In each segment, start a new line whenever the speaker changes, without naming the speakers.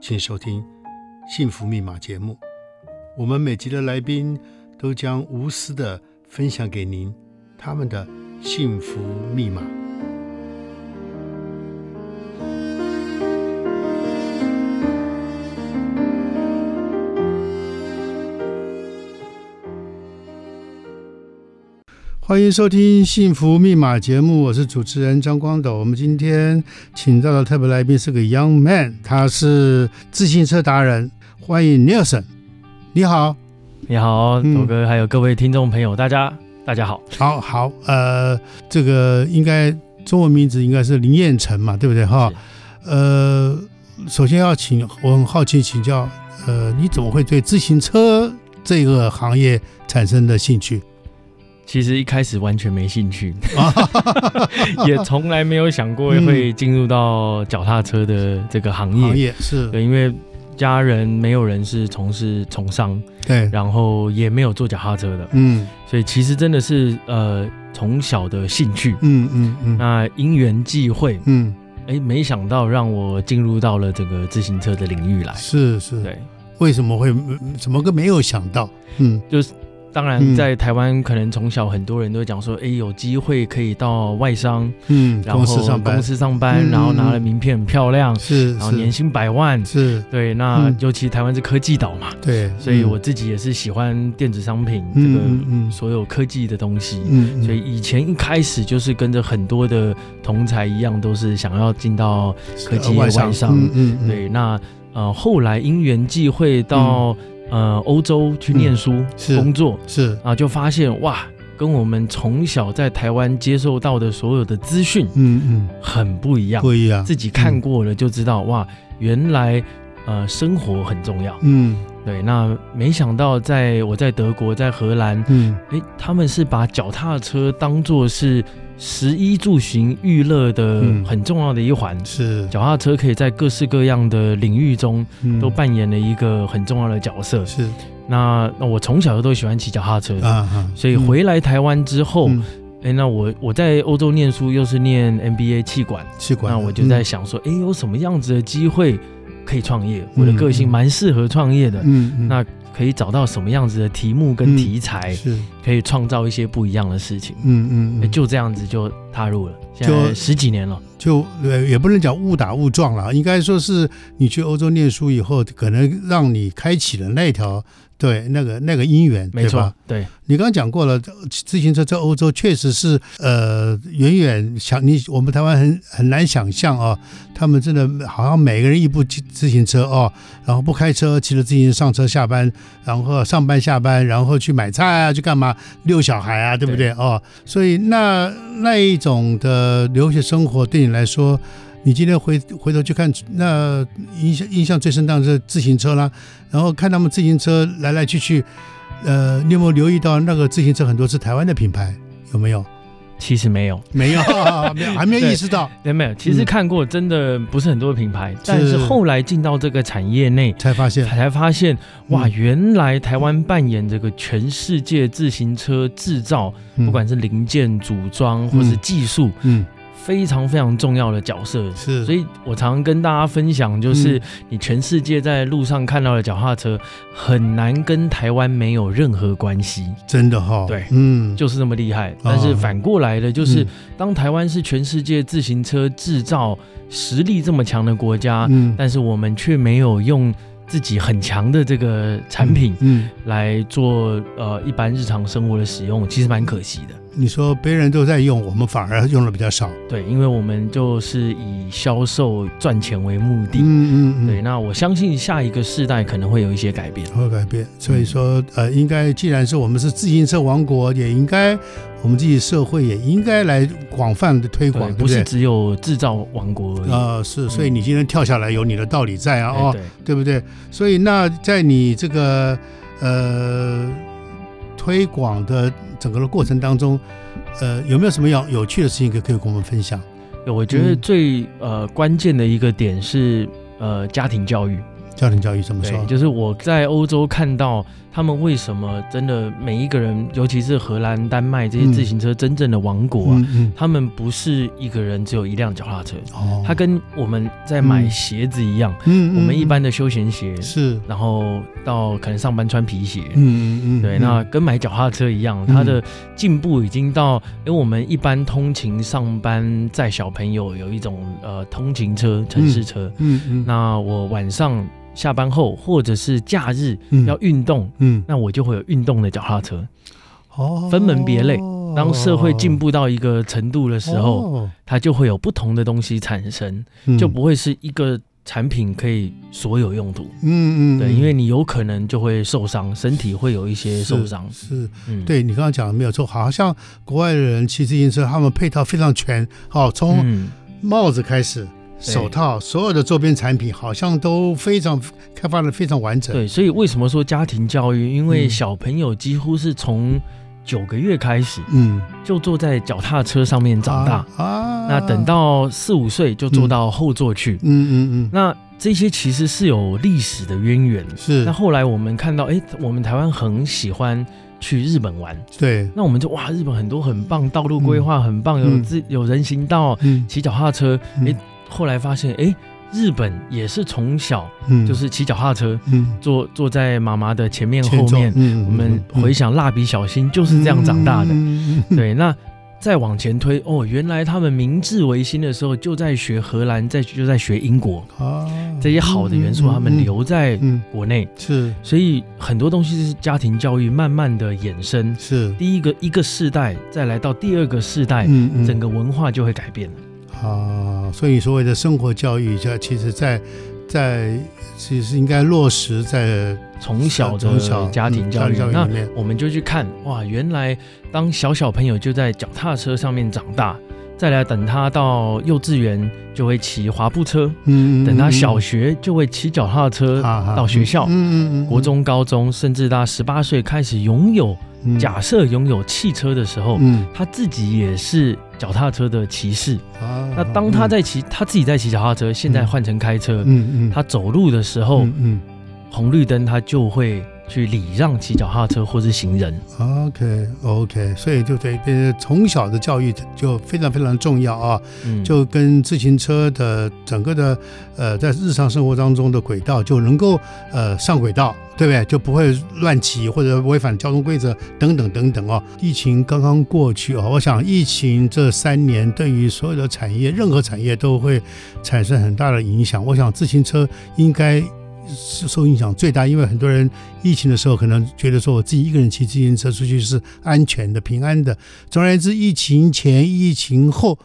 请收听《幸福密码》节目，我们每集的来宾都将无私的分享给您他们的幸福密码。欢迎收听《幸福密码》节目，我是主持人张光斗。我们今天请到的特别来宾是个 young man，他是自行车达人，欢迎 Nelson。你好，
你好，
嗯
董哥，还有各位听众朋友，大家大家好。
好好，呃，这个应该中文名字应该是林彦辰嘛，对不对哈？呃，首先要请我很好奇请教，呃，你怎么会对自行车这个行业产生的兴趣？
其实一开始完全没兴趣，
啊，
也从来没有想过
嗯
会进入到脚踏车的这个行业。
行业是
对，因为家人没有人是从事从商，
对，
然后也没有做脚踏车的，
嗯
所以其实真的是呃从小的兴趣。
嗯嗯嗯
那因缘际会，
嗯，
哎，没想到让我进入到了这个自行车的领域来。
是是。
对，
为什么会嗯怎么个没有想到？嗯嗯
当然在台湾可能从小很多人都会讲说，哎，有机会可以到外商
嗯，
然后
公司上班
公司上班
嗯
然后拿
嗯
了名片很漂亮，
是
然后年
是
薪百万。
是，
对，那
嗯
尤其台湾是科技岛嘛，
对，
所以
嗯
我自己也是喜欢电子商品这
嗯嗯
个
嗯
所有科技的东西。
嗯，嗯
所以以前一开始就是跟着很多的同才一样，都是想要进到科技
呃
业
外
外
商
商
嗯嗯嗯
对。那呃后来因缘际会到呃欧洲去念书
嗯是
工作
是
啊，就发现哇，跟我们从小在台湾接受到的所有的资讯
嗯
很不一
嗯
样。
不一样，
自己看过了就知道，哇，原来呃生活很重要。
嗯
对，那没想到在我在德国、在荷兰，
嗯
诶，他们是把脚踏车当做是食衣住行娱乐的
嗯
很重要的一环。
是
脚踏车可以在各式各样的领域中
嗯
都扮演了一个很重要的角色。
是
那那我从小都喜欢骑脚踏车，
啊哈，
所以回来台湾之后，
嗯
诶，那我我在欧洲念书，又是念 MBA 气管，
气管嗯
那
的，
我就在想说，诶，有什么样子的机会可以创业？我的
嗯
个性蛮适合创业的，
嗯嗯嗯
那可以找到什么样子的题目
嗯
跟题材，
是
可以创造一些不一样的事情。
嗯嗯
诶
嗯
就这样子就踏入了，现
就
在十几年了。
就呃也不能讲误打误撞了，应该说是你去欧洲念书以后，可能让你开启了那条对那个那个姻缘，
没
对吧
错？，对，
你刚刚讲过了，自行车在欧洲确实是呃，远远想你我们台湾很很难想象啊、他们真的好像每个人一部自自行车哦，然后不开车，骑着自行车上车下班，然后上班下班，然后去买菜啊，去干嘛，遛小孩啊，对不对哦？所以那那一种的留学生活对你来说。你今天回回头去看，那印象印象最深当然是自行车啦，然后看他们自行车来来去去，呃，你有没有留意到那个自行车很多是台湾的品牌？有没有？
其实 没有，
没有， 没有，还没有意识到，
对没有，其
嗯
实看过真的不是很多品牌，但
是
是后来进到这个产业内。
才发现。
才发现，哇！
嗯
原来台湾扮演这个全世界自行车制造，
嗯
不管是零件组装或是技术，
嗯
非常非常重要的角色。
是，
所
以
以我常常跟大家分享，就是
嗯
你全世界在路上看到的脚踏车，很难跟台湾没有任何关系，
真的哈、
对
嗯，
就是这么厉害。但是反过来的，就是
嗯
当台湾是全世界自行车制造实力这么强的国家，
嗯
啊但是我们却没有用自己很强的这个产品
嗯
来做呃一般日常生活的使用，其实蛮可惜的。
你说别人都在用，我们反而用的比较少。
对，因为我们就是以销售赚钱为目的。
嗯
对，，那我相信下一个世代可能会有一些改变。
会改变。所
嗯
以说，呃，应该既然是我们是自行车王国，也应该我们自己社会也应该来广泛的推广，
对
对
不
对
是？只有制造王国而已。
啊、是，所以你今天跳下来有你的道理在啊，
哎
哦，
对，
对不对？所以那在你这个呃推广的整个的过程当中，呃，有没有什么样有趣的事情可可以跟我们分享？
有我觉得
嗯
最呃关键的一个点是呃家庭教育。
家庭教育怎么说
对，？就是我在欧洲看到他们为什么真的每一个人，尤其是荷兰、丹麦这些
嗯
自行车真正的王国啊，
嗯嗯，
他们不是一个人只有一辆脚踏车，
哦，
它跟我们在买
嗯
鞋子一样，
嗯
我们一般的休闲鞋，
是，
然后到可能上班穿皮鞋。
嗯嗯嗯，
对，
嗯
那跟买脚踏车一样，它的进步已经到，因为我们一般通勤上班载小朋友有一种呃通勤车、城市车，
嗯嗯，
那我晚上下班后或者是假日
嗯
要运动，
嗯
那我就会有运动的脚踏车。
哦
分门别类，当社会进步到一个程度的时候，
哦
它就会有不同的东西产生，
嗯
就不会是一个产品可以所有用途。
嗯嗯，
对，
嗯
因为你有可能就会受伤，身体会有一些受伤。
是。
嗯，
对你刚刚讲的没有错，好像国外的人骑自行车，他们配套非常全，好、从
嗯，
帽子开始，手套，所有的周边产品好像都非常开发的非常完整。
对，所以为什么说家庭教育？因为
嗯
小朋友几乎是从九个月开始
嗯，
就坐在脚踏车上面长大，
啊啊
那等到四五岁就坐到后座去。
嗯嗯嗯，
那这些其实是有历史的渊源。
是
那后来我们看到，哎、我们台湾很喜欢去日本玩，
对，
那我们就哇，日本很多很棒，道路规划很棒，有
嗯
自有人行道，
嗯
骑脚踏车。哎、
嗯
后来发现，哎、日本也是从小
嗯，
就是骑脚踏车，
嗯
坐坐在妈妈的前面
前
后
奏
面。
嗯
我们回想蜡笔小新就
就是
这样长大的。
嗯嗯
对，那再往前推，哦，原来他们明治维新的时候就在学荷兰，在就在学英国
啊
这些好的元素，他们，留在
嗯嗯嗯嗯
国内，
嗯是
所以很多东西是家庭教育慢慢的衍生。
是，
第一个一个世代，再来到第二个世代，
嗯嗯
整个文化就会改变了。
啊，所以所谓的生活教育，这其实在在其实应该落实在
从小
啊从小
的家庭教
嗯
育，
家庭教育
那
里面
我们就去看，哇，原来当小小朋友就在脚踏车上面长大，再来等他到幼稚园就会骑滑步车，
嗯
等他小学就会骑脚踏车，到
到
学校
嗯嗯嗯，
国中、高中，甚至他十八岁开始拥有，
嗯
假设拥有汽车的时候，
嗯，
他自己也是脚踏车的骑士。那
那
当他在骑，他自己在骑脚踏车，现在
嗯
换成开车，
嗯嗯
他走路的时候，
嗯
红绿灯他就会去礼让骑脚踏车或是行人。
嗯，OK OK，所以就对，变成从小的教育就非常非常重要啊。
嗯，
就跟自行车的整个的呃，在日常生活当中的轨道就能够呃上轨道，对不对？就不会乱骑或者违反交通规则等等等等哦。疫情刚刚过去哦，我想疫情这三年对于所有的产业，任何产业都会产生很大的影响。我想自行车应该。是受影响最大，因为很多人疫情的时候可能觉得说，我自己一个人骑自行车出去是安全的、平安的。总而言之，疫情前、疫情后，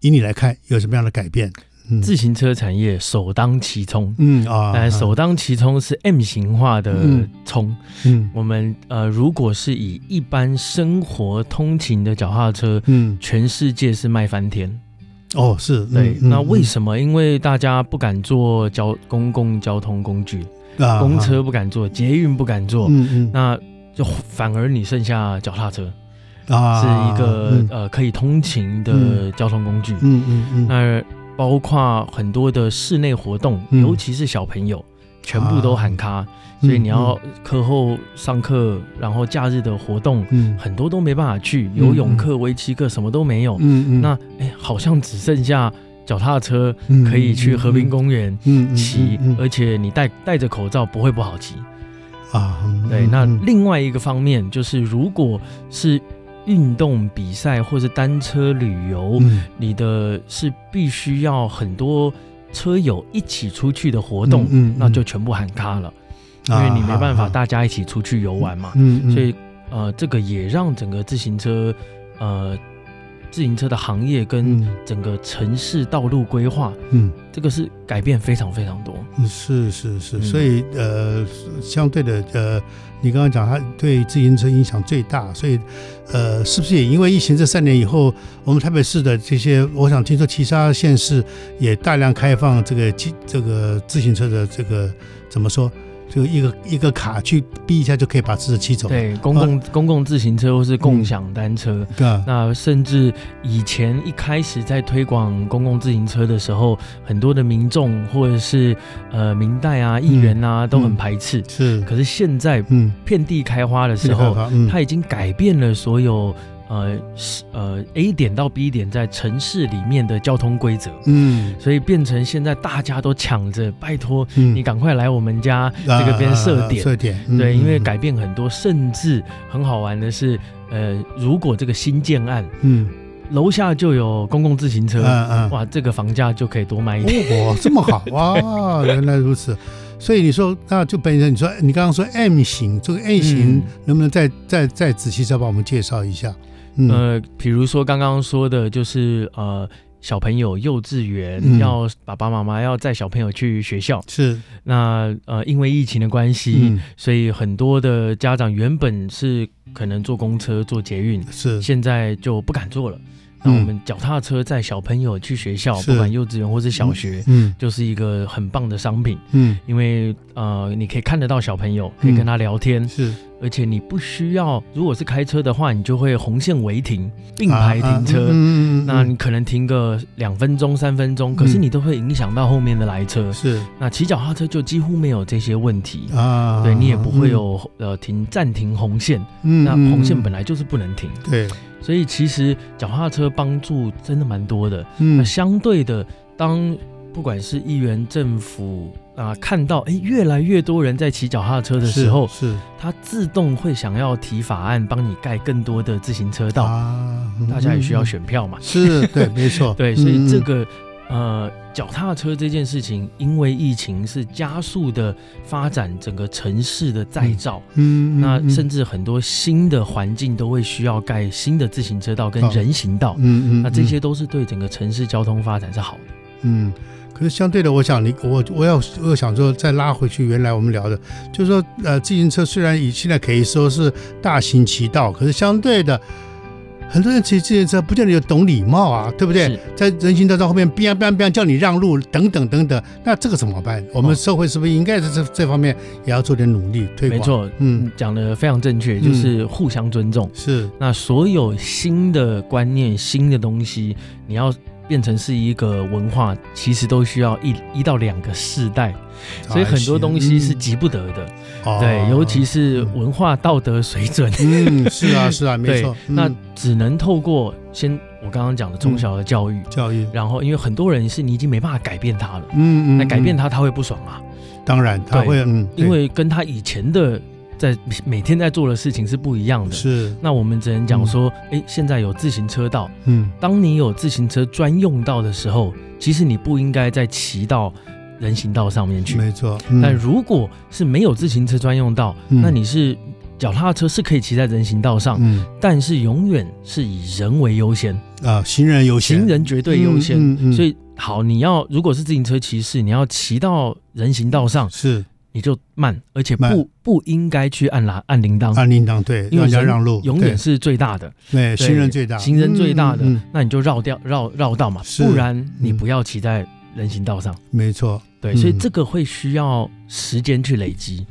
以你来看有什么样的改变？嗯
自行车产业首当其冲。
嗯啊，
哎，首当其冲是 M 型化的
嗯
冲。
嗯
我们呃，如果是以一般生活通勤的脚踏车，
嗯
全世界是卖翻天。
哦是，
对，
嗯
那为
嗯
什么？因为大家不敢坐交公共交通工具，
啊
公车不敢坐，捷运不敢坐，
嗯嗯
那就反而你剩下脚踏车是
啊
一个
嗯
呃可以通勤的
嗯
交通工具。
嗯嗯嗯
那包括很多的室内活动，
嗯啊
尤其是小朋友，全部都喊卡，所以你要课后上课，然后假日的活动
嗯
很多都没办法去，游泳课、围棋课什么都没有。
嗯嗯
那哎、好像只剩下脚踏车
嗯
可以去和平
嗯
公园
嗯嗯
骑，
嗯嗯嗯
而且你戴戴着口罩不会不好骑。
啊嗯
对，
嗯
那
嗯
另外一个方面就是，如果是运动比赛或是单车旅游，
嗯
你的是必须要很多车友一起出去的活动，
嗯嗯嗯啊
那就全部喊卡了，因为你没办法大家一起出去游玩嘛。
嗯嗯
所以呃，这个也让整个自行车呃自行车的行业跟
嗯
整个城市道路规划，
嗯。
这个是改变非常非常多。
是是是，
嗯
所以呃，相对的呃，你刚刚讲它对自行车影响最大，所以呃，是不是也因为疫情这三年以后，我们台北市的这些，我想听说其他县市也大量开放这个机这个自行车的这个怎么说，就一个一个卡去逼一下就可以把自己骑走，
嗯对，公
嗯
共、公共自行车或是共享单车，
对吧？
那甚至以前一开始在推广公共自行车的时候，很多的民众或者是呃民代
嗯
啊、议员啊、都很排斥。
是，
可是现在
嗯，
遍地开花的 时
没办
候，
法，嗯，
它已经改变了所有呃是呃 A 点到 B 点在城市里面的交通规则，
嗯
所以变成现在大家都抢着拜托
嗯，
你赶快来我们家
啊
这个边
啊
设
啊
点。
设点，嗯
对，因为
嗯
改变很多，甚至很好玩的是，呃，如果这个新建案
嗯
楼下就有公共自行车，
嗯嗯，
哇，这个房价就可以多卖一点。
哦，这么好 哇！原来如此，所以你说，那就本身你说，你刚刚说 M 型，这个 A 型
嗯
能不能再、再再仔细再帮我们介绍一下？嗯、
呃，比如说刚刚说的，就是呃，小朋友幼稚园、
嗯
要爸爸妈妈要载小朋友去学校，
是，
那呃，因为疫情的关系，
嗯，
所以很多的家长原本是可能坐公车、坐捷运，
是，
现在就不敢坐了。那我们脚踏车载小朋友去学校，
嗯是
不管幼稚园或是小学，
嗯
就是一个很棒的商品，
嗯，
因为呃，你可以看得到小朋友，可以跟他聊天，
是
而且你不需要，如果是开车的话，你就会红线违停、并排停车。
啊啊嗯嗯嗯嗯嗯
那你可能停个两分钟、三分钟，可是你都会影响到后面的来车。
是
那骑脚踏车就几乎没有这些问题，
啊，
对你也不会有、呃停暂停红线。
嗯，嗯
那红线本
来
来就是不能停，
对，
所以其实脚踏车帮助真的蛮多的。那
嗯
相对的，当不管是议员、政府啊、看到哎越来越多人在骑脚踏车的时候，
是
它自动会想要提法案帮你盖更多的自行车道，
啊，
大家也需要
嗯，
选票嘛
嗯。是对，没错，
对，所以
嗯
这
嗯
个呃，脚踏车这件事情，因为疫情是加速的发展整个城市的再造，
嗯，嗯
那
嗯
甚至很多新的环境都会需要盖新的自行车道跟
好
人行道，
嗯嗯，
那这
嗯
些都是对整个城市交通发展是好的。
嗯，可是相对的，我想你我我要我想说再拉回去，原来我们聊的，就是说呃，自行车虽然以现在可以说是大行其道，可是相对的，很多人骑自行车不见得有懂礼貌啊，对不对
是？
在人行道上后面 biang biang biang 叫你让路等等等等，那这个怎么办？我们
哦
社会是不是应该在这这方面也要做点努力推广？
没，错，
嗯，
讲的非常正确，就是互相尊重。
是
那所有新的观念、新的东西，你要变成是一个文化，其实都需要一一到两个世代，
啊
所以很多东
嗯
西是急不得的。对，尤其
是
是文化道德水准。
哦嗯，是啊是啊，没
对
错，，嗯
那只能透过先我刚刚讲的从小的教育，
教育，
然后因为很多人是你已经没办法改变他了，
嗯嗯，
那改
嗯
变他他会不爽啊，
当然他
对
会嗯，对
因为跟他以前的在每天在做的事情是不一样的。
是
那我们只能讲说，哎、现在有自行车道，
嗯。
当你有自行车专用道的时候，其实你不应该再骑到人行道上面去。
没错，嗯
但如果是没有自行车专用道，
嗯
那你是脚踏车是可以骑在人行道上，
嗯
但是永远是以人为优先，
啊，行人优先，
行人绝对优先。
嗯嗯嗯
所以好，你要如果是自行车骑士，你要骑到人行道上，
是
你就慢，而且
慢
不不应该去按喇按铃铛，
按铃铛对，
嗯因
让
为
人家
人
让路，
永
对
远是最大的。
对
对
行人最大，
行人最大的，
嗯嗯
那你就绕掉绕绕道嘛，
是
不然你不要骑在人行道上。
没错。
对，
嗯
所以这个会需要时间去累积。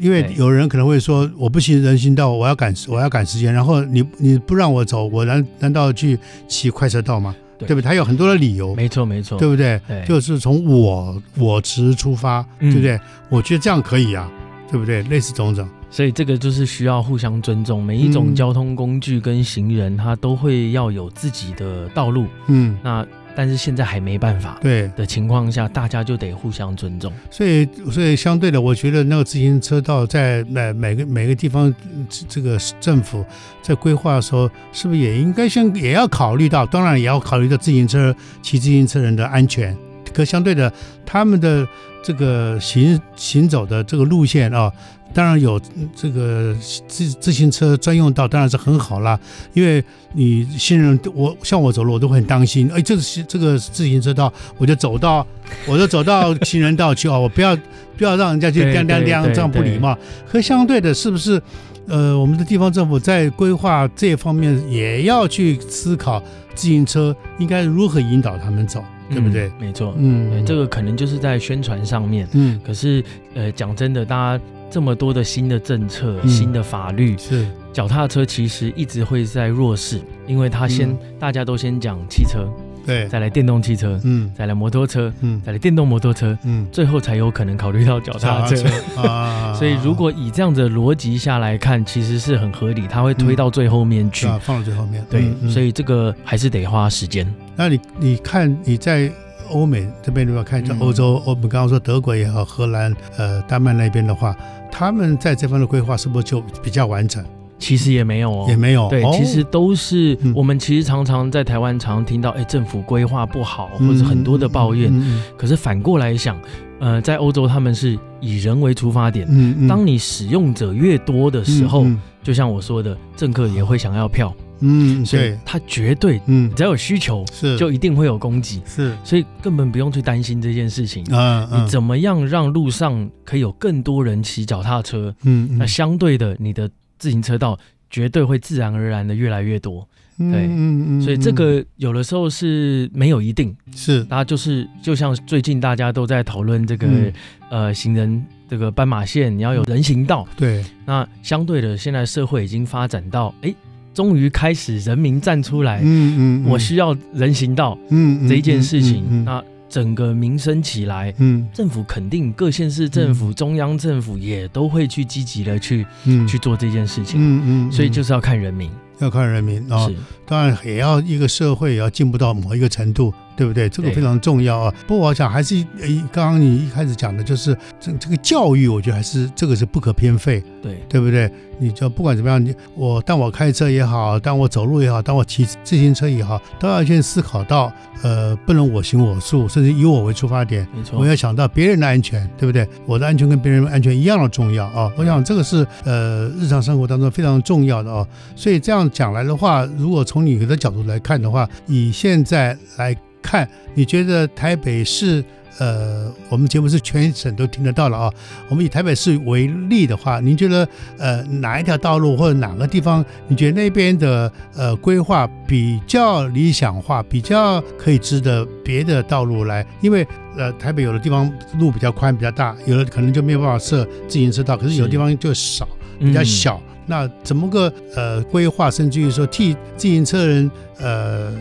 因为
对
有人可能会说，我不行人行道，我要赶我要赶时间，然后你你不让我走，我难难道去骑快车道吗？
对
对不对？他有很多的理由，
没错，没错，
对不对？
对
哦就是从我我执出发，
嗯
对不对？我觉得这样可以啊，对不对？类似种种，
所以这个就是需要互相尊重，每一种
嗯
交通工具跟行人，他都会要有自己的道路。
嗯，
那但是现在还没办法
对。
的情况下，大家就得互相尊重。
所以，所以相对的，我觉得那个自行车道在每每个每个地方，嗯这这个政府在规划的时候，是不是也应该先也要考虑到？当然，也要考虑到自行车骑自行车人的安全，可相对的，他们的这个行行走的这个路线啊，当然有嗯这个自自行车专用道，当然是很好啦。因为你新人，我像我走路我都会很当心，哎，这个是这个自行车道，我就走到 我就走到行人道去啊，我不要不要让人家去
对
叮叮
对
叮，
对
这样不礼
对
貌。可相对的，是不是？呃，我们的地方政府在规划这方面也要去思考自行车应该如何引导他们走，对不对
嗯？没错，对
嗯，
这个可能就是在宣传上面。
嗯
可是，呃，讲真的，大家这么多的新的政策、
嗯
新的法律，
是
脚踏车其实一直会在弱势，因为它先、
嗯
大家都先讲汽车，
对，
再来电动汽车，
嗯
再来摩托车，
嗯
再来电动摩托车，
嗯，
最后才有可能考虑到脚踏车。
啊
所以，如果以这样的逻辑下来看，其实是很合理，它会推到最后面去。
啊放到最后面，
对，
嗯嗯
所以这个还是得花时间。
那你你看你在欧美这边如果看在
嗯
欧洲，我们刚刚说德国也好，荷兰、呃丹麦那边的话，他们在这方面的规划是不是就比较完整？
其实也没有哦，
也没有，
对，
哦
其实都是、
嗯
我们其实常常在台湾常听到，哎，政府规划不好，或者
嗯
很多的抱怨。
嗯
可是反过来想，呃，在欧洲他们是以人为出发点。
嗯嗯，
当你使用者越多的时候，
嗯
就像我说的，政客也会想要票，
嗯，嗯
所以
对，
他绝对
嗯
只要有需求，
是
就一定会有供给，
是
所以根本不用去担心这件事情。
啊，
你
么
怎么样让路上可以有更多人骑脚踏车？
嗯嗯
那相对的，你的自行车道绝对会自然而然的越来越多。对
嗯嗯嗯
所以这个有的时候是没有一定，
是
大家就是就像最近大家都在讨论这个、
嗯
呃行人这个斑马线，你要有人行道。
对
那相对的，现在社会已经发展到，哎，终于开始人民站出来，
嗯嗯，
我需要人行道
嗯
这一件事情，
嗯
那整个民生起来。
嗯
政府肯定，各县市政府、中央政府也都会去积极的去、
嗯
去做这件事情，
嗯嗯，
所以就是是要看人民。
要看人民啊，
是，
当然也要一个社会也要进步到某一个程度，对不对？这个
对
非常重要啊。不过我想还是呃刚刚你一开始讲的就是这这个教育，我觉得还是这个是不可偏废，
对，
对不对？你就不管怎么样，你我当我开车也好，当我走路也好，当我骑自行车也好，都要先思考到，呃，不能我行我素，甚至以我为出发点，
没错
我。要想到别人的安全，对不对？我的安全跟别人的安全一样的重要啊！我想这个是呃日常生活当中非常重要的啊。所以这样讲来的话，如果从你的角度来看的话，以现在来看，你觉得台北市呃，我们节目是全省都听得到了啊。我们以台北市为例的话，您觉得呃哪一条道路或者哪个地方，你觉得那边的呃规划比较理想化，比较可以值得别的道路来？因为呃台北有的地方路比较宽比较大，有的可能就没有办法设自行车道，可是有的
是
地方就少。比较
嗯
小。那怎么个呃规划，甚至于说替自行车人呃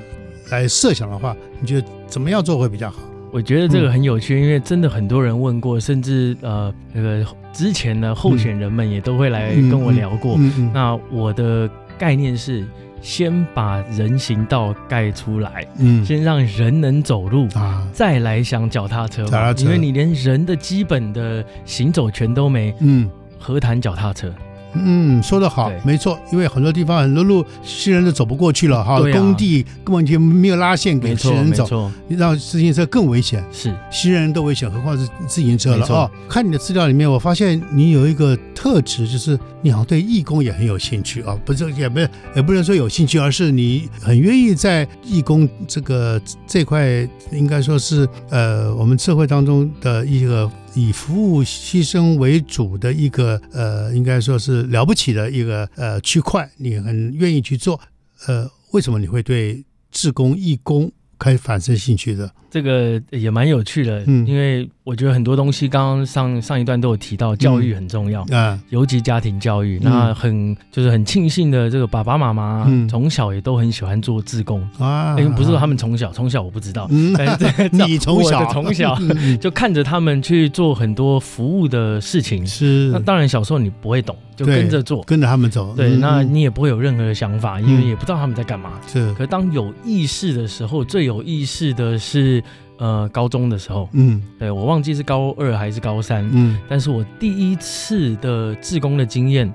来设想的话，你觉得怎么样做会比较好？
我觉得这个很有趣，因为真的很多人问过，甚至呃，那个之前的候选人们也都会来哎跟我聊过。
嗯嗯
那我的概念是，先把人行道盖出来，
嗯
先让人能走路。
啊
再来想脚踏车嘛，
脚踏车
因为你连人的基本的行走权都没，
嗯
何谈脚踏车？
嗯，说得好
对，
没错，因为很多地方很多路行人都走不过去了哈，
对啊
工地根本就没有拉线给
没
行
错，
人
没
走，
错，
让自行车更危险。
是
行人都危险，何况是自行车
没
了
错
哦。看你的资料里面，我发现你有一个特质，就是你好像对义工也很有兴趣啊、不是也不是也不能说有兴趣，而是你很愿意在义工这个这块，应该说是呃我们社会当中的一个以服务牺牲为主的一个呃，应该说是了不起的一个呃区块，你很愿意去做。呃，为什么你会对志工义工开始产生兴趣的？
这个也蛮有趣的，
嗯
因为我觉得很多东西，刚刚上上一段都有提到，教育很重要。
啊、
尤其家庭教育，
嗯
那很就是很庆幸的，这个爸爸妈妈
嗯
从小也都很喜欢做志工。
啊，
哎、不是说他们从小，从小我不知道，
嗯，
但是
你从
我
小
的从小
嗯
就看着他们去做很多服务的事 情。
是
那当然小时候你不会懂，就
对
跟着做。
跟着他们走，
对，
嗯
那
嗯
你也不会有任何的想法，因为
嗯
也不知道他们在干嘛。
是
可当有意识的时候，最有意识的是，呃，高中的时候，
嗯
对我忘记是高二还是高三，
嗯
但是我第一次的志工的经验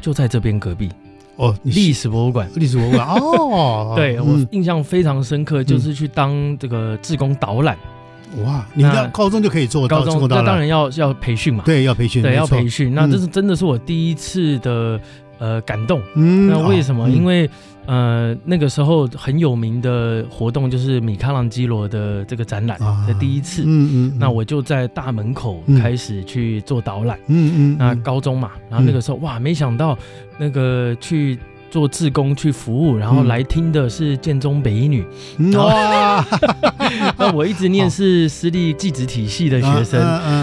就在这边隔壁
哦，你是
历史博物馆。
历史文物哦，
对我
嗯
印象非常深刻，就是去当这个志工导览，
嗯哇，你到高中就可以做到，
高中
做到
那
了
当然要要培训嘛，
对，要培训，
对，
没
要
错
培训。那
嗯
这是真的是我第一次的呃感动。
嗯，
那为什么？因
为
为呃那个时候很有名的活动就是米开朗基罗的这个展览
啊
的第一次，
嗯嗯，
那我就在大门口
嗯
开始去做导览。
嗯嗯
那高中嘛，然后那个时候哇，没想到那个去。做志工去服务，然后
嗯
来听的是建中北 一女。
嗯哇，
那我一直
哦
念是私立技职体系的
啊
学生，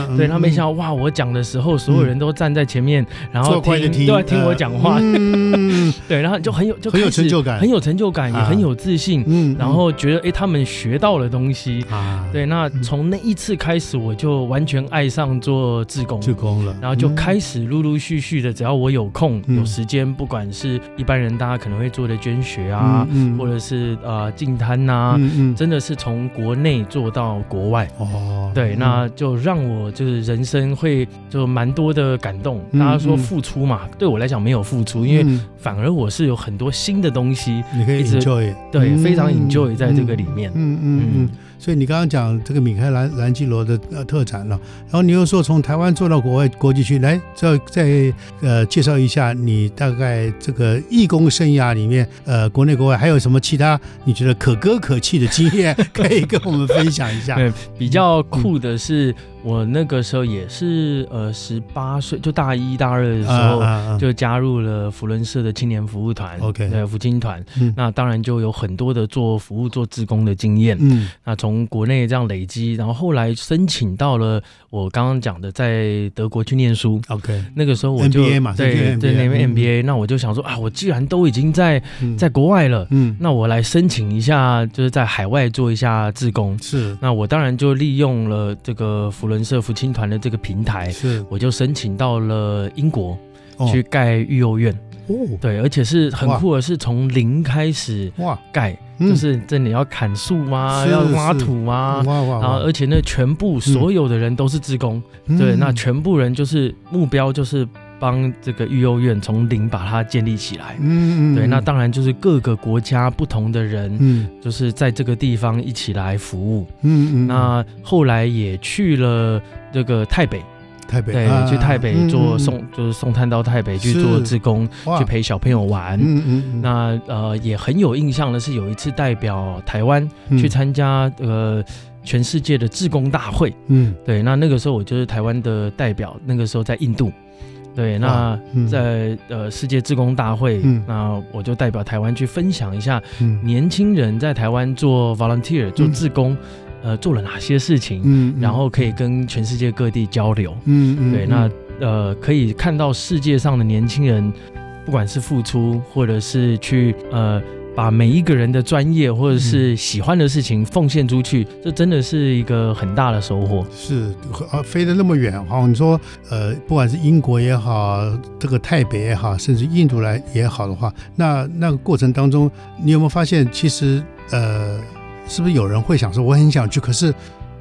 生
对他没想到哇，我讲的时候，所有人都站在前面，然后
坐快就
听
听，
都在听我讲话，
嗯
对，然后就很有就
很有
开始
成就感
很有成就感，也
啊
很有自信，
嗯，
然后觉得哎，诶他们学到了东西。
啊，，
对，那从那一次开始，我就完全爱上做志工。
就攻了，
然后就开始陆陆续续的，只要我有空、
嗯
有时间，不管是一般人大家可能会做的捐血啊，
嗯，嗯
或者是呃进摊呐，
嗯嗯，
真的是从国内做到国外。
哦，
对，
嗯
那就让我就是人生会就蛮多的感动。
嗯
大家说
嗯
付出嘛，对我来讲没有付出，因为
嗯
反而我是有很多新的东西，
你可以
一直
enjoy，
对，
嗯
非常 enjoy 在这个里面。
嗯嗯嗯
嗯，
所以你刚刚讲这个米开朗兰基罗的呃特展了，然后你又说从台湾做到国外国际去，来再再呃介绍一下你大概这个义工生涯里面，呃，国内国外还有什么其他你觉得可歌可泣的经验可以跟我们分享一 下？
对，比较酷的是，我那个时候也是呃十八岁，就大一大二的时候，
啊
就加入了福伦社的青年服务团
OK
对福青团。
嗯
那当然就有很多的做服务、做志工的经验。
嗯
那从国内这样累积，然后后来申请到了我刚刚讲的在德国去念书。
，OK，
那个时候我就
MBA 嘛就
对
是
对
MBA
那边
嗯
MBA，、那我就想说啊，我既然都已经在
嗯
在国外了，
嗯
那我来申请一下，就是在海外做一下志工。
是
那我当然就利用了这个福伦社福青团的这个平台，
是
我就申请到了英国
哦
去盖育幼院。
哦
对，而且是很酷的，是从零开始
哇，
盖，
嗯
就是真的要砍树啊，
是
要挖土啊
哇。哇，嗯
然后，而且呢，全部所有的人都是志工，对，那全部人就是目标就是帮这个育幼院从零把它建立起来，
嗯嗯
对，那当然就是各个国家不同的人，
嗯
就是在这个地方一起来服务。
嗯嗯
那后来也去了这个泰北，
台北啊嗯
对，去泰北做送，就是送炭到泰北去
是
做志工，去
去
陪小朋友玩。
嗯嗯
那呃也很有印象的是，有一次代表台湾
嗯
去参加呃全世界的志工大会，
嗯
对，那那个时候我就是台湾的代表，那个时候在印度，对，那
嗯
在呃世界志工大会
嗯，
那我就代表台湾去分享一下
嗯
年轻人在台湾做 volunteer 做志工，呃做了哪些事情，
嗯，
然后可以跟全世界各地交流，
嗯嗯
对，那呃可以看到世界上的年轻人，不管是付出或者是去呃。把每一个人的专业或者
嗯
是喜欢的事情奉献出去，这真的是一个很大的收获。
是啊，飞得那么远哈，你说呃，不管是英国也好，这个泰北也好，甚至印度来也好的话，那那个过程当中，你有没有发现，其实呃，是不是有人会想说，我很想去，可是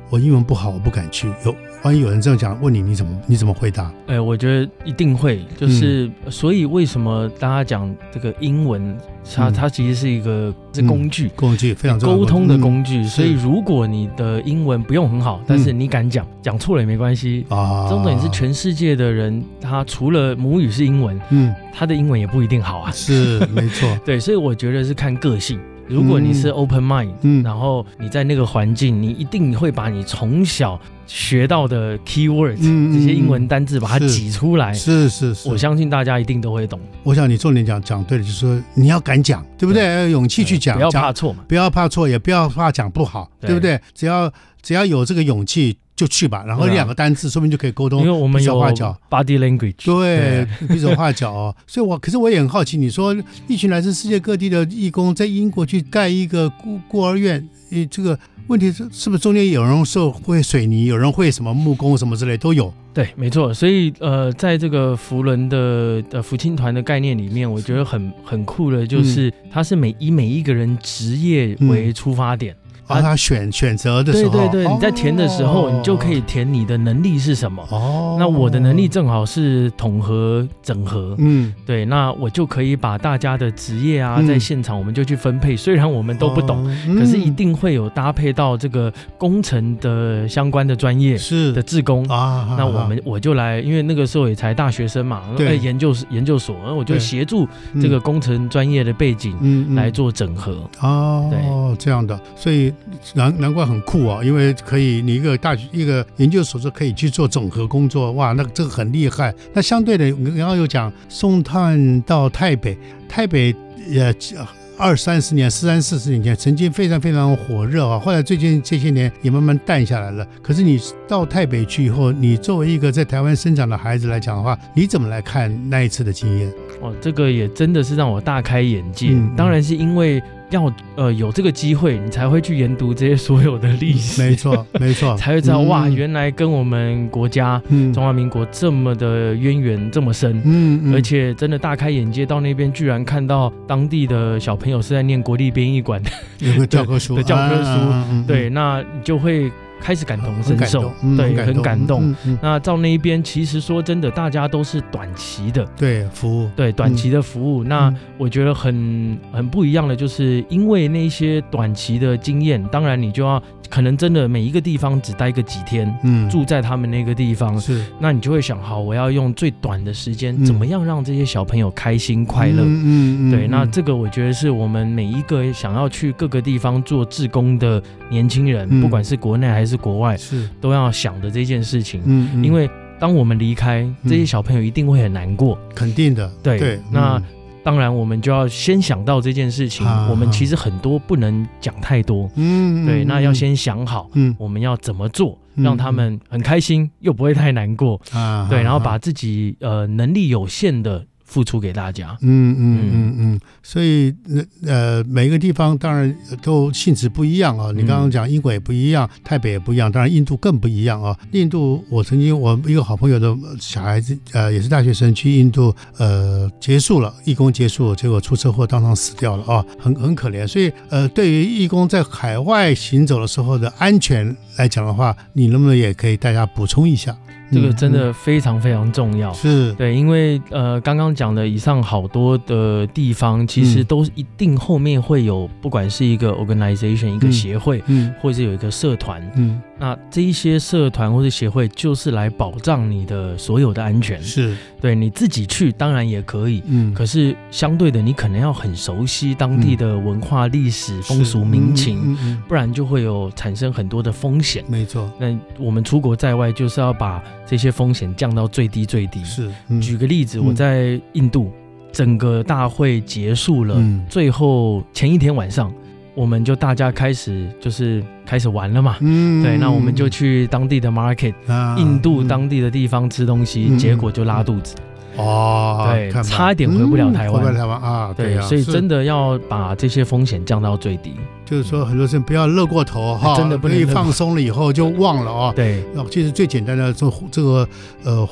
我英文不好，我不敢去。有万一有人这样讲，问你你怎么你怎么回答？
哎、我觉得一定会，就是、
嗯
所以为什么大家讲这个英文，它、
嗯
它其实是一个是工具，
工具非常重要，
沟通的工具，所以
嗯是嗯
如果你的英文不用很好，但是你敢讲，讲错了也没关系。
啊，
重点是全世界的人，他除了母语是英文，
嗯
他的英文也不一定好啊。
是没错，
对，所以我觉得是看个性。如果你是 open mind，、
嗯
然后你在那个环境，你一定会把你从小学到的 keyword、
嗯嗯
这些英文单字把它
是
挤出来。
是是是，
我相信大家一定都会懂，
我想你重点讲讲对了，就是说你要敢讲，对不对？要有勇气去讲，
不要
讲
怕错嘛。
不要怕错，也不要怕讲不好，
对
对不对？只要只要有这个勇气就去吧，然后
对啊
两个单字说明就可以沟
因为
通，
我们
比
有
手画脚
body language，
对，比手画脚哦。所以我可是我也很好奇，你说一群来自世界各地的义工在英国去盖一个孤孤儿院，呃，这个问题是是不是中间有人受会水泥，有人会什么木工什么之类都有？
对，没错。所以呃，在这个福伦的呃福青团的概念里面，我觉
嗯
得很很酷的，就是它是每以每一个人职业为出发点，
啊，他选选择的时
对
候，
对对，
哦
你在填的时候，你就可以填你的能力是什么。
哦。
那我的能力，正好是统合整合，
嗯，
对，那我就可以把大家的职业啊，
嗯
在现场我们就去分配。虽然我们都不懂，
哦，
可是
嗯
一定会有搭配到这个工程的相关的专业
是
的志工。
啊。
那我们我就来，因为那个时候也才大学生嘛，
对
呃研究研究所，然后我就
对
协助
嗯
这个工程专业的背景
嗯嗯
来做整合。
哦，这样的，所以难难怪很酷啊，因为可以你一个大学一个研究所就可以去做整合工作，哇，那这个很厉害。那相对的，你刚刚有讲送炭到台北，台北呃二三十年、四三四十年前曾经非常非常火热啊，后来最近这些年也慢慢淡下来了。可是你到台北去以后，你作为一个在台湾生长的孩子来讲的话，你怎么来看那一次的经 验？
哦，这个也真的是让我大开眼界。
嗯嗯
当然是因为要呃有这个机会，你才会去研读这些所有的历史，
嗯没错，没错，
才会知道、
嗯
哇，原来跟我们国家
嗯
中华民国这么的渊源这么深。
嗯嗯
而且真的大开眼界，到那边居然看到当地的小朋友是在念国立编译馆的，
有个教科书
的教科书
啊嗯嗯嗯
对，那你就会开始感同
很
身
感
受
动，，嗯
对，很感动。。
嗯嗯嗯
那到那一边，其实说真的，大家都是短期的，
对，服务，
对短期的服务。那
嗯
我觉得很很不一样的，就是因为那些短期的经验，当然你就要可能真的每一个地方只待个几天，
嗯，
住在他们那个地方，
是
那你就会想，好，我要用最短的时间，
嗯
怎么样让这些小朋友开心快乐？
嗯
对，那这个我觉得是我们每一个想要去各个地方做志工的年轻人，
嗯
不管是国内还是国外，
哎是，
都要想的这件事情。
嗯，嗯
因为当我们离开，这些小朋友一定会很难过。
肯定的，
对
对，
那
嗯
当然，我们就要先想到这件事情。
啊
我们其实很多不能讲太多，
嗯，
对，
嗯
那要，先想好
嗯
我们要怎么做，
嗯
让他们很开心又不会太难过，
嗯啊，
对，然后
啊
把自己呃能力有限的付出给大家。
嗯嗯嗯嗯，所以呃，每个地方当然都性质不一样啊。你刚刚讲英国也不一样，台北也不一样，当然印度更不一样啊。印度，我曾经我一个好朋友的小孩子，呃，也是大学生，去印度，呃，结束了义工结束，结果出车祸当场死掉了啊，很很可怜。所以呃，对于义工在海外行走的时候的安全来讲的话，你能不能也可以大家补充一下？
这个
嗯
真
嗯
的非常非常重要。
是
对，因为呃，刚刚讲的以上好多的地方，其实
嗯
都一定后面会有，不管是一个 organization、一个
嗯
协会，
嗯
或者有一个社团，
嗯
那这一些社团或者协会就是来保障你的所有的安全。
是
对，你自己去当然也可以，
嗯
可是相对的，你可能要很熟悉当地的文化、历史、风
是
俗民
嗯
情，
嗯嗯
不然就会有产生很多的风险
嗯。没错。
那我们出国在外，就是要把这些风险降到最低最低。
是，嗯
举个例子，
嗯
我在印度，整个大会结束了，
嗯
最后前一天晚上，我们就大家开始就是开始玩了嘛。
嗯
对，那我们就去当地的 market，、
啊
印度
嗯
当地的地方吃东西，
嗯
结果就拉肚子。
哦，
对
看吧
差一点回不了台湾
嗯回不了台湾啊，
对，
啊，
所以真
的
的要把这些风险降到最低。
就是说，很多事不要乐过头哈，
真的不能
一
乐过
放松了以后就忘了啊。
对，
那其实最简单的，这这个呃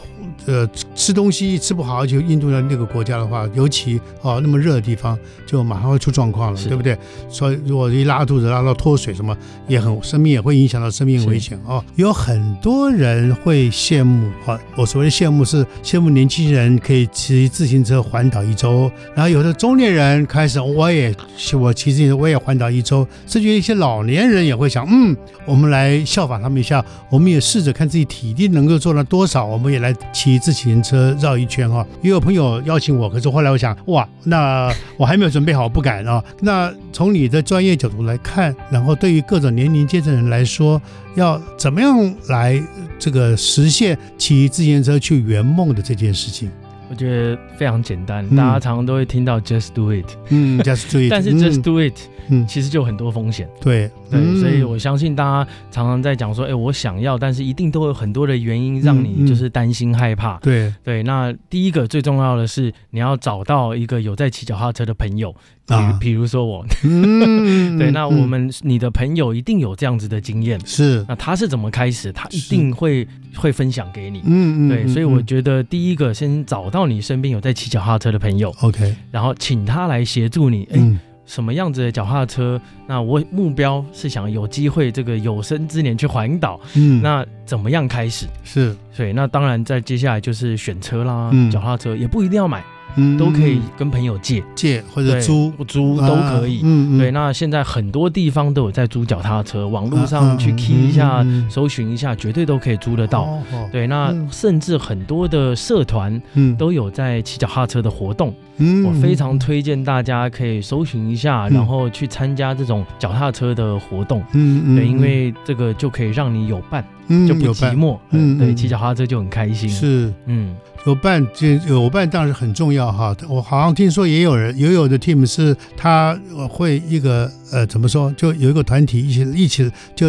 呃吃东西吃不好，而且印度的那个国家的话，尤其啊那么热的地方，就马上会出状况了，
是的
对不对？所以如果一拉肚子拉到脱水什么，也很生命也会影响到生命危险啊、有很多人会羡慕啊，我所谓的羡慕是羡慕年轻人可以骑自行车环岛一周，然后有的中年人开始我也我骑自行车我也环岛一周，甚至于一些老年人也会想，嗯，我们来效仿他们一下，我们也试着看自己体力能够做到多少，我们也来骑自行车绕一圈哈、也有朋友邀请我，可是后来我想，哇，那我还没有准备好，不敢啊。那从你的专业角度来看，然后对于各种年龄阶层的人来说，要怎么样来这个实现骑自行车去圆梦的这件事情？
我觉得非常简单，
嗯
大家常常都会听到 just do it，
嗯，just do it 嗯。
但是 just do it
嗯
其实就有很多风险。
对
对，
嗯
所以我相信大家常常在讲说，哎、我想要，但是一定都有很多的原因让
嗯嗯
你就是担心害怕。
对
对，那第一个最重要的是，你要找到一个有在骑脚踏车的朋友，比如、
啊
比如说我，
嗯
对，那我
嗯
们、你的朋友一定有这样子的经验，
是
那他是怎么开始，他一
是
定会会分享给你。
嗯嗯
对，
嗯
所以我
嗯
觉得第一个先找到你身边有在骑脚踏车的朋友，
OK
然后请他来协助你。哎、
嗯
什么样子的脚踏车，那我目标是想有机会这个有生之年去环岛，
嗯，
那怎么样开始？
是，
所以那当然在接下来就是选车啦，
嗯
脚踏车也不一定要买，
嗯，
都可以
嗯
跟朋友借，
借或者
对，
租，
租都可
啊
以。
嗯，嗯
对，那现在很多地方都有在租脚踏车，网络
啊
上去 key 一下、搜寻一下，绝对都可以租得到。，
嗯嗯嗯嗯哦
对，那
嗯
甚至很多的社团
嗯，
都有在骑脚踏车的活动，
嗯
我非常，推荐大家可以搜寻一下，
嗯
然后去参加这种脚踏车的活动。
嗯嗯，
对，因为这个就可以让你有伴，
嗯
就不
有
寂
伴
寞。哎
嗯
对，
嗯
骑脚踏车就很开心。，
是
嗯，
有伴，这有伴当然很重要哈。我好像听说也有人，也有的 team 是他呃会一个呃怎么说，就有一个团体一起一起就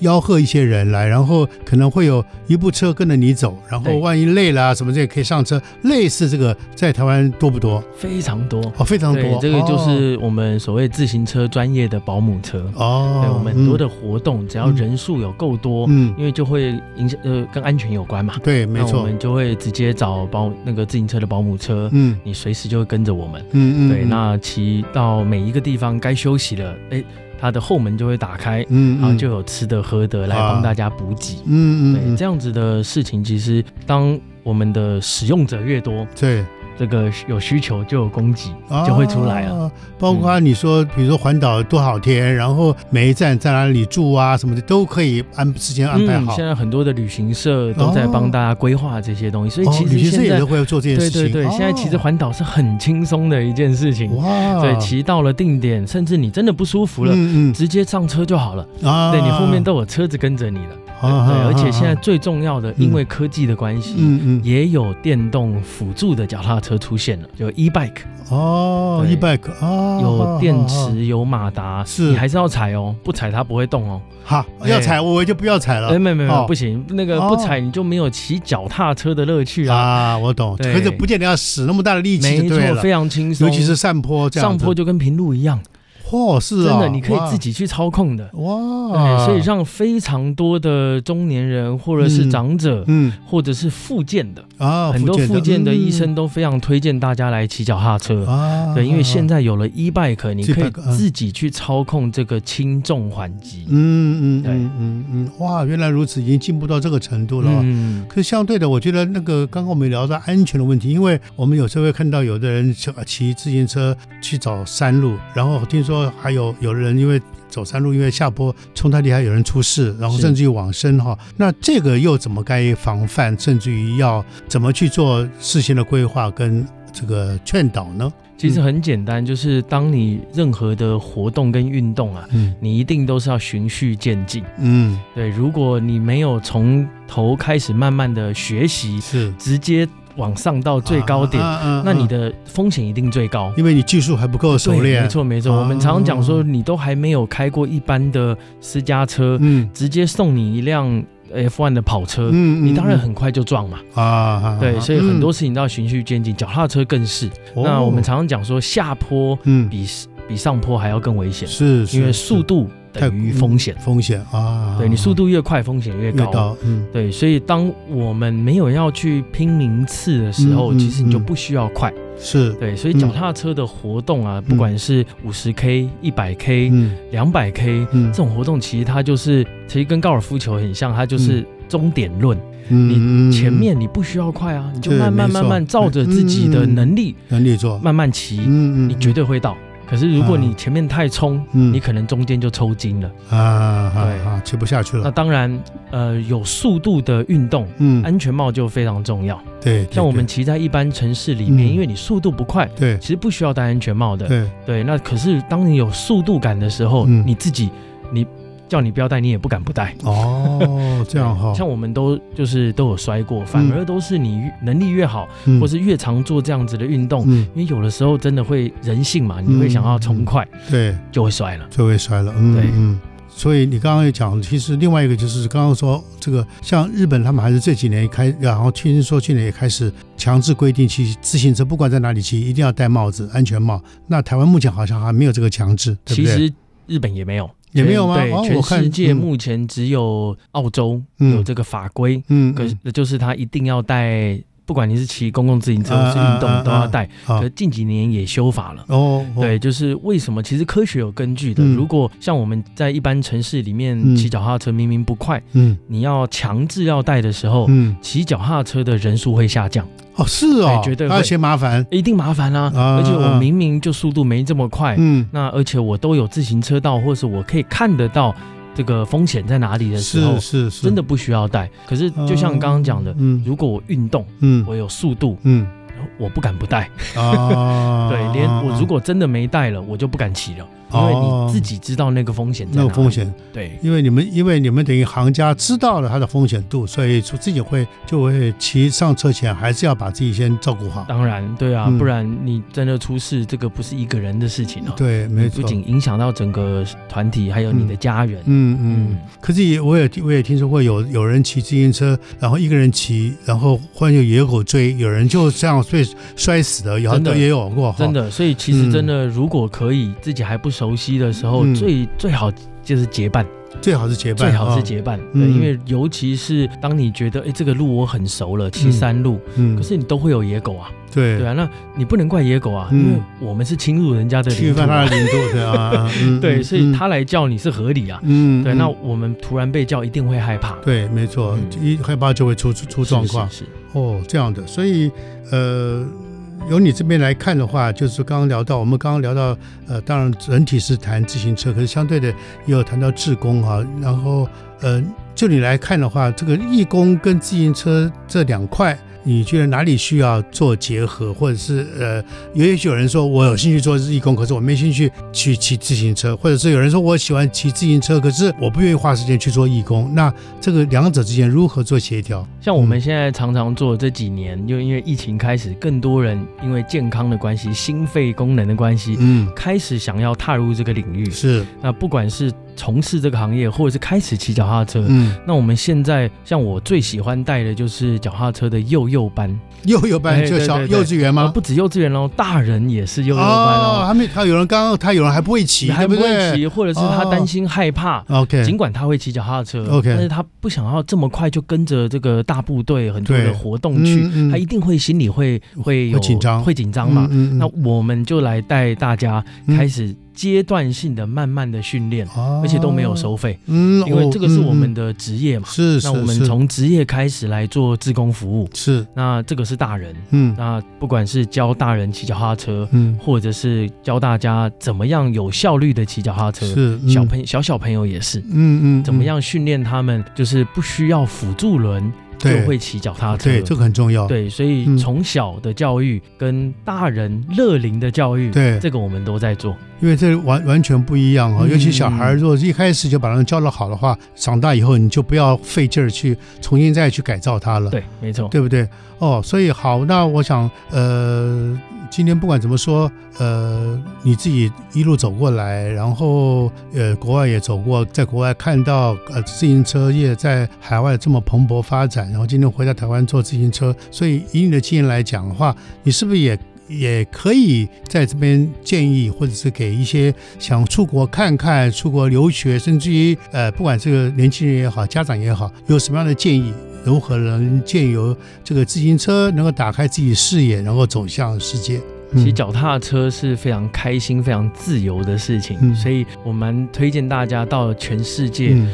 吆喝一些人来，然后可能会有一部车跟着你走，然后
对
万一累了、啊、什么这也可以上车，类似这个在台湾多不多？
非常多。
哦，非常
对
多，。
这个就是我们所谓自行车专业的保姆车。
哦，
对，我们很多
的
的活动，只要人数有够多，
嗯，
因为就会影响呃跟安全有关嘛。
对，没
那我
错，
们就会直接找保那个自行车的保姆车，
嗯
你随时就会跟着我们。
嗯嗯，
对，
嗯
那骑到每一个地方该休息了，哎，它的后门就会打开，
嗯，
然后
嗯
就有吃的喝的来帮大家补给。
嗯嗯
对，
嗯
这样子的事情，其实当我们的使用者越多，
对。
这个有需求就有供给，就会出来了。
啊。包括你说，比如说环岛多少天，然后每一站在哪里住啊什么的，都可以安事先安排啊好。
嗯现在很多的旅行社都在帮大家规划这些东西，所以
哦
其
旅
实
行社
现
也
在、
都会做这件
对
事情。
对对，
哦
现在其实环岛是很轻松的一件事情。
哇，
对，骑到了定点，甚至你真的不舒服了，
嗯
直接上车就好了。
嗯啊，
对你后面都有车子跟着你了。
啊啊
对，
啊
而且现在
啊
最重要的，
嗯
因为科技的关系。
嗯嗯
也有电动辅助的脚踏车出现了，就 e bike，
哦
对
，e bike 啊，
有电
啊
池，有马达，
是
你还是要踩哦，不踩它不会动哦。
好
哎
要踩我就不要踩
哎，
了
没没
哦
没，不行，那个不
哦
踩你就没有骑脚踏车的乐趣啊。
啊，我懂，
对
可是不见得要使那么大的力气
没
就对
错，
了
非，常轻松，
尤其是上坡这样
上
子
坡就跟平路一样，
嚯是
真
啊，
的你可以
哇啊
自己去操控的。
哇，
对，所以让非常多的中年人或者是
嗯
长者。
嗯
或者是复健的，
啊，
很多复健的医
嗯
生都非常推荐大家来骑脚踏车。
啊，
对，因为现
在
在有了 e bike，你可以
e-bike，嗯
自己去操控这个轻重缓急。
嗯嗯
对
嗯嗯嗯，哇，原来如此，已经进步到这个程度了。
嗯，
可是相对的，我觉得那个刚刚我们聊到安全的问题，因为我们有时候会看到有的人骑骑自行车去找山路，然后听说还有有的人因为走山路，因为下坡冲太厉害，有人出事，然后
是
甚至于往生哈。那这个又怎么该防范，甚至于要怎么去做事先的规划跟这个劝导呢？
其实很简单，就是当你任何的活动跟运动啊，
嗯
你一定都是要循序渐进。
嗯，
对，如果你没有从头开始慢慢的学习，
是
直接往上到最高
啊
点，那你。的风险一定最高。
因为你技术还不够熟
对
练，
没错没错。
啊
我们常讲说，你都还没有开过一般的私家车，
嗯，
直接送你一辆 F1 的跑车，
嗯，
你当然很快就撞嘛。
啊啊，
对，
啊
所以很多
嗯
事情都要循序渐进，脚踏车更是。
哦
那我们常常讲说，下坡
嗯
比比上坡还要更危险，
是是
因为速度等于风险
是。风险啊，
对你速度越快，风险越
越
高。
高，嗯
对，所以当我们没有要去拼名次的时候，
嗯嗯
其实你就
嗯
不需要快。
是
对，所以
嗯
脚踏车的活动啊，不管是五十 K、一百 K、
嗯
两百 K
嗯
这种活动，其实它就是其实跟高尔夫球很像，它就是终点论。
嗯
前面你不需要快啊，你就
对
慢慢
没错
慢慢照着自己的
嗯嗯嗯
能力
能力做，
慢慢骑，
嗯嗯，啊
你绝对会到。可是如果你前面太冲，
嗯
你可能中间就抽筋了。
啊啊
对
啊吃不下去
那
了，
当然，呃，有速度的运动，
嗯
安全帽就非常重要。
对，对
像我们骑在一般城市里面，
嗯
因为你速度不快，
对
其实不需要戴安全帽的。
对
对，那可是当你有速度感的时候，
嗯
你自己，你叫你不要戴，你也不敢不戴。
哦这样哈，
像我们都就是都有摔过，反而都是你越能力越好，
嗯
或是越常做这样子的运动，
嗯
因为有的时候真的会人性嘛，你会想要冲快，
对
就会摔了。
就会摔了。嗯
对
嗯。所以你刚刚也讲，其实另外一个就是刚刚说这个，像日本他们还是这几年开，然后听说去年也开始强制规定骑自行车，不管在哪里骑，一定要戴帽子、安全帽。那台湾目前好像还没有这个强制，对不
其
对？
实日本也没有，
也没有吗？
对，
哦
全
我看
世界
嗯
目前只有澳洲
嗯
有这个法规，
嗯，
可是就是它一定要戴。不不管你是骑公共自行车
啊
或是运动，都要戴。可近几年也修法了。
哦，哦
对，就是为什么？其实科学有根据的。
嗯
如果像我们在一般城市里面
嗯
骑脚踏车，明明不快，
嗯
你要强制要戴的时候，
嗯，
骑脚踏车的人数会下降，
哦是哦，
对绝对会
他要嫌麻烦，
一定麻烦啦、
啊
而且我明明就速度没这么快，
嗯，
那而且我都有自行车道，或是我可以看得到这个风险在哪里的时候
是，是是，
真的不需要戴。可是就像刚刚讲的，
嗯
如果我运动，
嗯
我有速度，
嗯
我不敢不戴。
啊，
对，连我如果真的没戴了，我就不敢骑了，因为
哦
你自己知道那个风险在哪
那
里。
个风险，
对。
因为你们因为你们等于行家知道了它的风险度，所以就自己会就会骑上车前还是要把自己先照顾好。
当然，对啊，
嗯
不然你真的出事，这个不是一个人的事情啊。
对，没错
不。仅影响到整个团体，还有你的家人。
嗯嗯，可是也我也我也听说过有有人骑自行车，然后一个人骑，然后忽然有野狗追，有人就这样被摔死的，然后
真的
也有过哈。
真的，所以其实真的，如果可以，自己还不熟悉的时候，
嗯
最最好就是结伴，
最好是结伴，
最好是
啊，
结伴。
嗯
对，因为尤其是当你觉得，哎，这个路我很熟了，骑
嗯
山路，
嗯，
可是你都会有野狗啊，
对
对啊，那你不能怪野狗啊，
嗯
因为我们是侵入人家的
侵
领土
犯他
啊，
的领土，对 啊，嗯
对，所以，
嗯
他来叫你是合理啊。
嗯，嗯
对，
嗯
那我们突然被叫，一定会害怕。
对，没错，
嗯
一害怕就会出出出
是
状况
是是
哦，这样的，所以呃。由你这边来看的话，就是刚刚聊到，我们刚刚聊到，呃，当然整体是谈自行车，可是相对的也有谈到志工哈、然后，呃，就你来看的话，这个义工跟自行车这两块，你觉得哪里需要做结合，或者是呃，也许有人说我有兴趣做义工，可是我没兴趣去骑自行车，或者是有人说我喜欢骑自行车，可是我不愿意花时间去做义工，那这个两者之间如何做协调？
像我们现在常常做的这几年，就因为疫情开始，更多人因为健康的关系、心肺功能的关系，
嗯，
开始想要踏入这个领域。
是，
那不管是从事这个行业，或者是开始骑脚踏车，
嗯，
那我们现在像我最喜欢带的就是脚踏车的幼幼班，
幼幼班
哎
就
对
小
对对
幼稚园
啊，
吗？
不止幼稚园喽，大人也是幼幼班
哦，
哦。
还没，他有人刚刚他有人还不会骑，
你还
对
不会
对哦
骑，或者是他担心害怕。
？OK，
尽管他会骑脚踏车
OK
但是他不想要这么快就跟着这个大部队很多
对
的活动去，
嗯嗯
他一定会心里会会有
会紧张
会紧张嘛。
嗯嗯嗯
那我们就来带大家
嗯
开始阶段性的、慢慢的训练，
哦
而且都没有收费，
嗯，
因为这个是我们
的，
的职业嘛。
是是
那我们
是
从职业开始来做志工服务，
是，
那这个是大人，
嗯
那不管是教大人骑脚踏车，
嗯
或者是教大家怎么样有效率的骑脚踏车，
是
小
友，
朋小小朋友也是。
嗯嗯，
怎
嗯？
么样训练他们，就是不需要辅助轮就
对
会骑脚踏车。
对，这个很重要，
对，所以
嗯
从小的教育跟大人乐龄的教育，
对
这个我们都在做。
因为这完完全不一样哦，
嗯
尤其小孩儿如果一开始就把他们教得好的话，长大以后你就不要费劲儿去重新再去改造他了。
对，没错。
对不对？哦，所以好，那我想，呃，今天不管怎么说，呃，你自己一路走过来，然后呃，国外也走过，在国外看到呃自行车业在海外这么蓬勃发展，然后今天回到台湾做自行车，所以以你的经验来讲的话，你是不是也？也可以在这边建议，或者是给一些想出国看看、出国留学，甚至于呃，不管这个年轻人也好，家长也好，有什么样的建议，如何能借由这个自行车能够打开自己视野，能够走向世界？嗯
骑脚踏车是非常开心、非常自由的事情，
嗯
所以我蛮推荐大家到全世界
嗯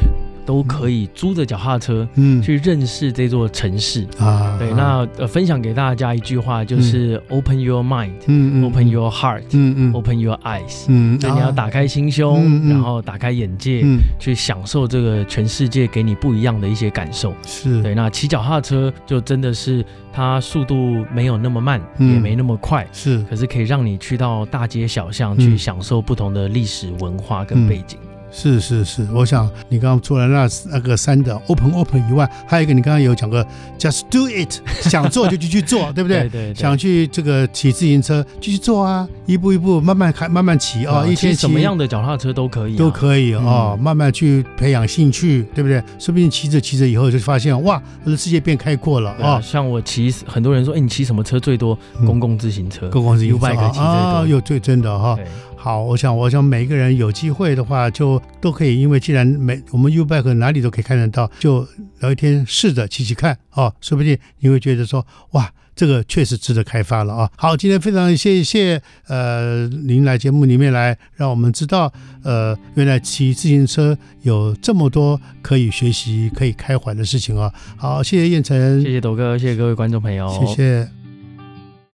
都可以租着脚踏车
嗯
去认识这座城市。
啊，
对，那呃，分享给大家一句话，就是、Open your mind,
嗯
open your heart,
嗯嗯
open your eyes。
嗯，
所以你要打开心胸，
嗯嗯
然后打开眼界，
嗯
去享受这个全世界给你不一样的一些感受。
是
对，那骑脚踏车就真的是它速度没有那么慢，
嗯
也没那么快，
是
可是可以让你去到大街小巷
嗯
去享受不同的历史文化跟背景。
是是是，我想你刚刚除了那那个三的 open open 以外，还有一个你刚刚有讲过 just do it，想做就去去做，对不对？
对对，
想去这个骑自行车，继续做啊，一步一步慢慢开，慢慢骑啊，一
一
天
天
骑
什么样的脚踏车都可以、啊，
都可以哦，慢慢去培养兴趣，对不对？说不定骑着骑着以后就发现，哇，我的世界变开阔了
对啊。
哦。
像我骑，很多人说，哎，你骑什么车最多？
嗯
公共自行车。
公共自行车
U-bike 骑最多
啊，有最真的哈。
对，
好，我想，我想每个人有机会的话，就都可以，因为既然每我们 U Bike 哪里都可以看得到，就聊一天试着骑骑看哦，说不定你会觉得说，哇，这个确实值得开发了啊。好，今天非常谢谢呃您来节目里面来，让我们知道呃原来骑自行车有这么多可以哦学习、可以开怀的事情啊。好，谢谢燕城，哦
谢谢斗哥，谢谢各位观众朋友，
谢谢。